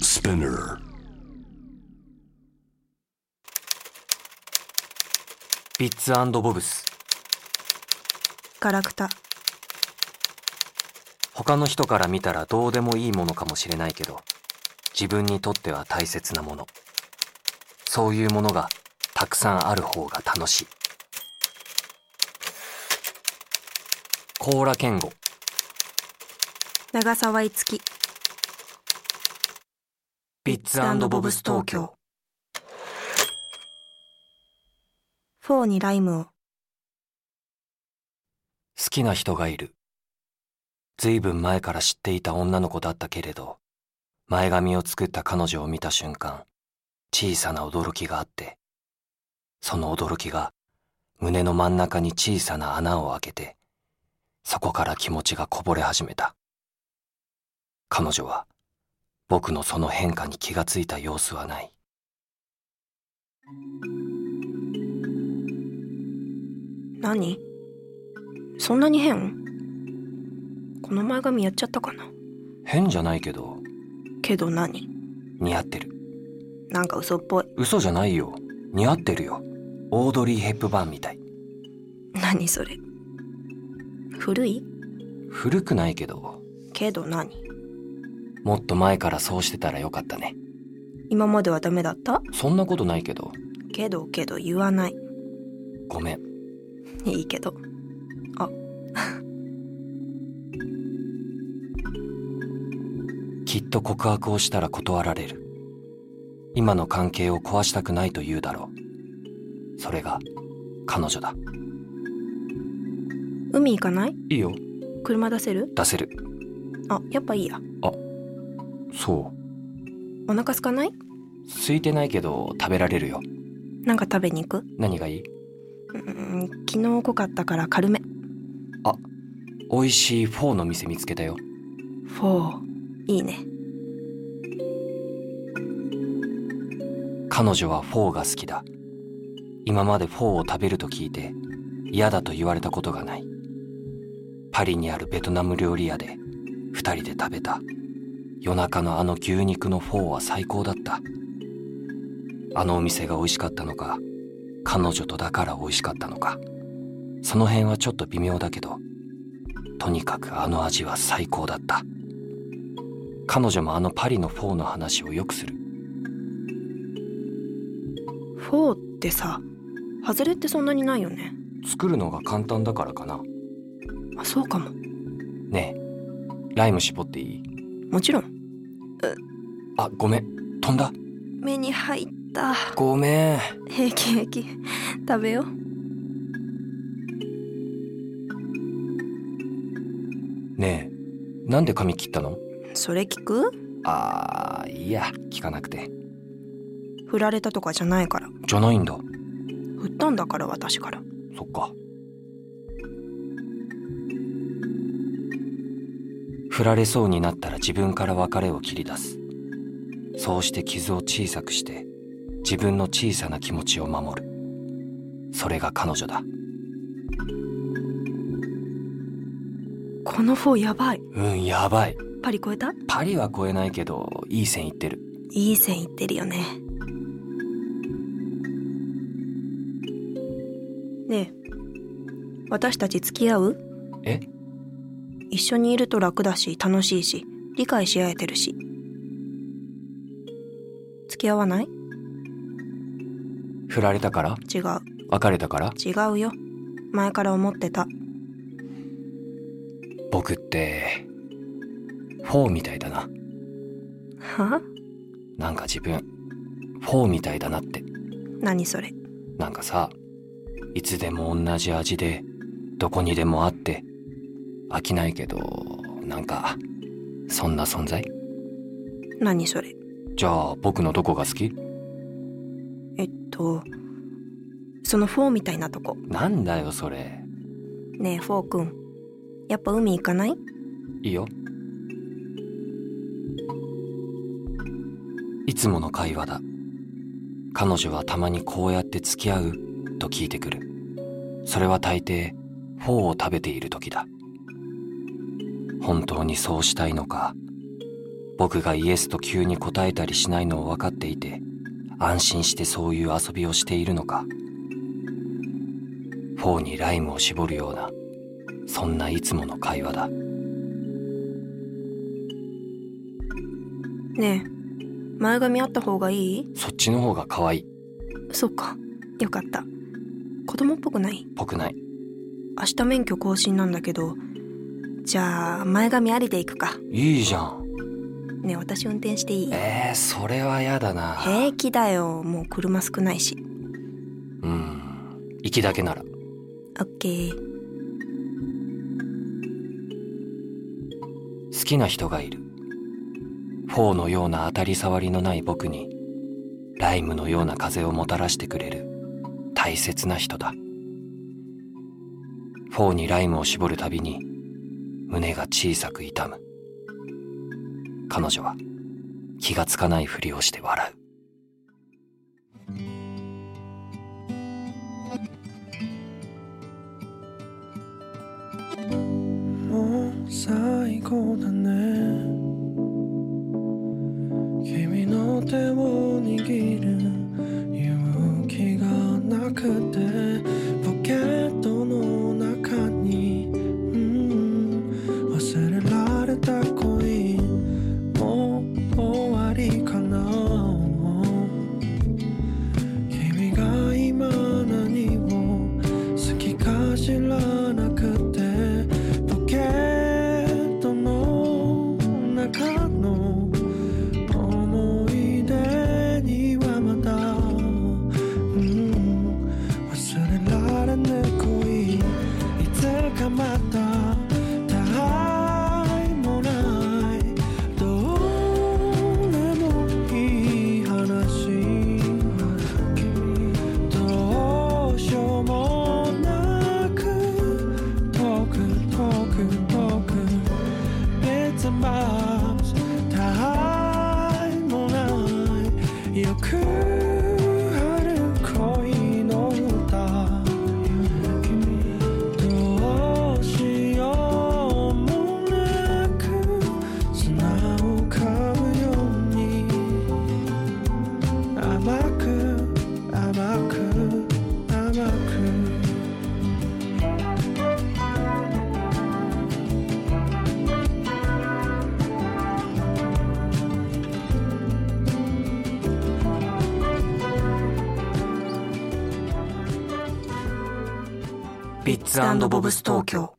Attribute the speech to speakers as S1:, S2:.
S1: Spinner.
S2: ビッツボブス
S3: ガラクタ
S2: 他の人から見たらどうでもいいものかもしれないけど自分にとっては大切なものそういうものがたくさんある方が楽しい甲羅健吾
S3: 長澤いつき
S2: ビッツボブス東京
S3: 4にライムを
S2: 好きな人がいるずいぶん前から知っていた女の子だったけれど前髪を作った彼女を見た瞬間小さな驚きがあってその驚きが胸の真ん中に小さな穴を開けてそこから気持ちがこぼれ始めた彼女は僕のその変化に気がついた様子はない
S3: 何そんなに変この前髪やっちゃったかな
S2: 変じゃないけど
S3: けど何
S2: 似合ってる
S3: なんか嘘っぽい
S2: 嘘じゃないよ似合ってるよオードリー・ヘップバーンみたい
S3: 何それ古い
S2: 古くないけど
S3: けど何
S2: もっと前からそうしてたらよかったね
S3: 今まではダメだった
S2: そんなことないけど
S3: けどけど言わない
S2: ごめん
S3: いいけど
S2: きっと告白をしたら断られる今の関係を壊したくないと言うだろうそれが彼女だ
S3: 海行かない
S2: いいよ
S3: 車出せる
S2: 出せる
S3: あやっぱいいや
S2: そ
S3: お腹空かないう
S2: 空いてないけど食べられるよ
S3: なんか食べに行く
S2: 何がいいう
S3: ーん昨日濃かったから軽め
S2: 美味しいフォーの店見つけたよ
S3: フォーいいね
S2: 彼女はフォーが好きだ今までフォーを食べると聞いて嫌だと言われたことがないパリにあるベトナム料理屋で二人で食べた夜中のあの牛肉のフォーは最高だったあのお店が美味しかったのか彼女とだから美味しかったのかその辺はちょっと微妙だけどとにかくあの味は最高だった彼女もあのパリのフォーの話をよくする
S3: フォーってさ外れってそんなにないよね
S2: 作るのが簡単だからかな
S3: あそうかも
S2: ねえライム絞っていい
S3: もちろん
S2: あごめん飛んだ
S3: 目に入った
S2: ごめん
S3: 平気平気 食べよう
S2: ねえなんで髪切ったの
S3: それ聞く
S2: あーいいや聞かなくて
S3: 振られたとかじゃないから
S2: じゃないんだ
S3: 振ったんだから私から
S2: そっか振られそうになったら自分から別れを切り出すそうして傷を小さくして自分の小さな気持ちを守るそれが彼女だ
S3: このフォーやばい
S2: うんやばい
S3: パリ超えた
S2: パリは超えないけどいい線いってる
S3: いい線いってるよねねえ私たち付き合う
S2: え
S3: 一緒にいると楽だし楽しいし理解し合えてるし付き合わない
S2: 振られたから
S3: 違う
S2: 別れたから
S3: 違うよ前から思ってた
S2: 僕ってフォーみたいだな
S3: は
S2: なんか自分フォーみたいだなって
S3: 何それ
S2: なんかさいつでも同じ味でどこにでもあって飽きないけどなんかそんな存在
S3: 何それ
S2: じゃあ僕のどこが好き
S3: えっとそのフォーみたいなとこ
S2: なんだよそれ
S3: ねえフォーくんやっぱ海行かない
S2: いいよいつもの会話だ彼女はたまにこうやって付き合うと聞いてくるそれは大抵フォーを食べている時だ本当にそうしたいのか僕がイエスと急に答えたりしないのを分かっていて安心してそういう遊びをしているのかフォーにライムを絞るようなそんないつもの会話だ
S3: ねえ前髪あった方がいい
S2: そっちの方が可愛い
S3: そっかよかった子供っぽくない
S2: ぽくない
S3: 明日免許更新なんだけどじゃあ前髪ありで行くか
S2: いいじゃん
S3: ねえ私運転していい
S2: えー、それはやだな
S3: 平気だよもう車少ないし
S2: うん行きだけなら
S3: オッケー
S2: 好きな人がいるフォーのような当たり障りのない僕にライムのような風をもたらしてくれる大切な人だフォーにライムを絞るたびに胸が小さく痛む彼女は気がつかないふりをして笑う
S1: もう最高だね君の手を握る勇気がなくてポケットの中に、うん、忘れられた恋もう終わりかな君が今何を好きか知らなくてポケットの中の思い出にはまだ、うん、忘れられぬ恋いつかまた他愛もないどうでもいい話どうしようもなく遠く遠く遠く It's a box たいもないよくある恋の歌どうしようもなく砂を噛むように甘く甘く甘く
S2: ビッツ
S3: ボブス東京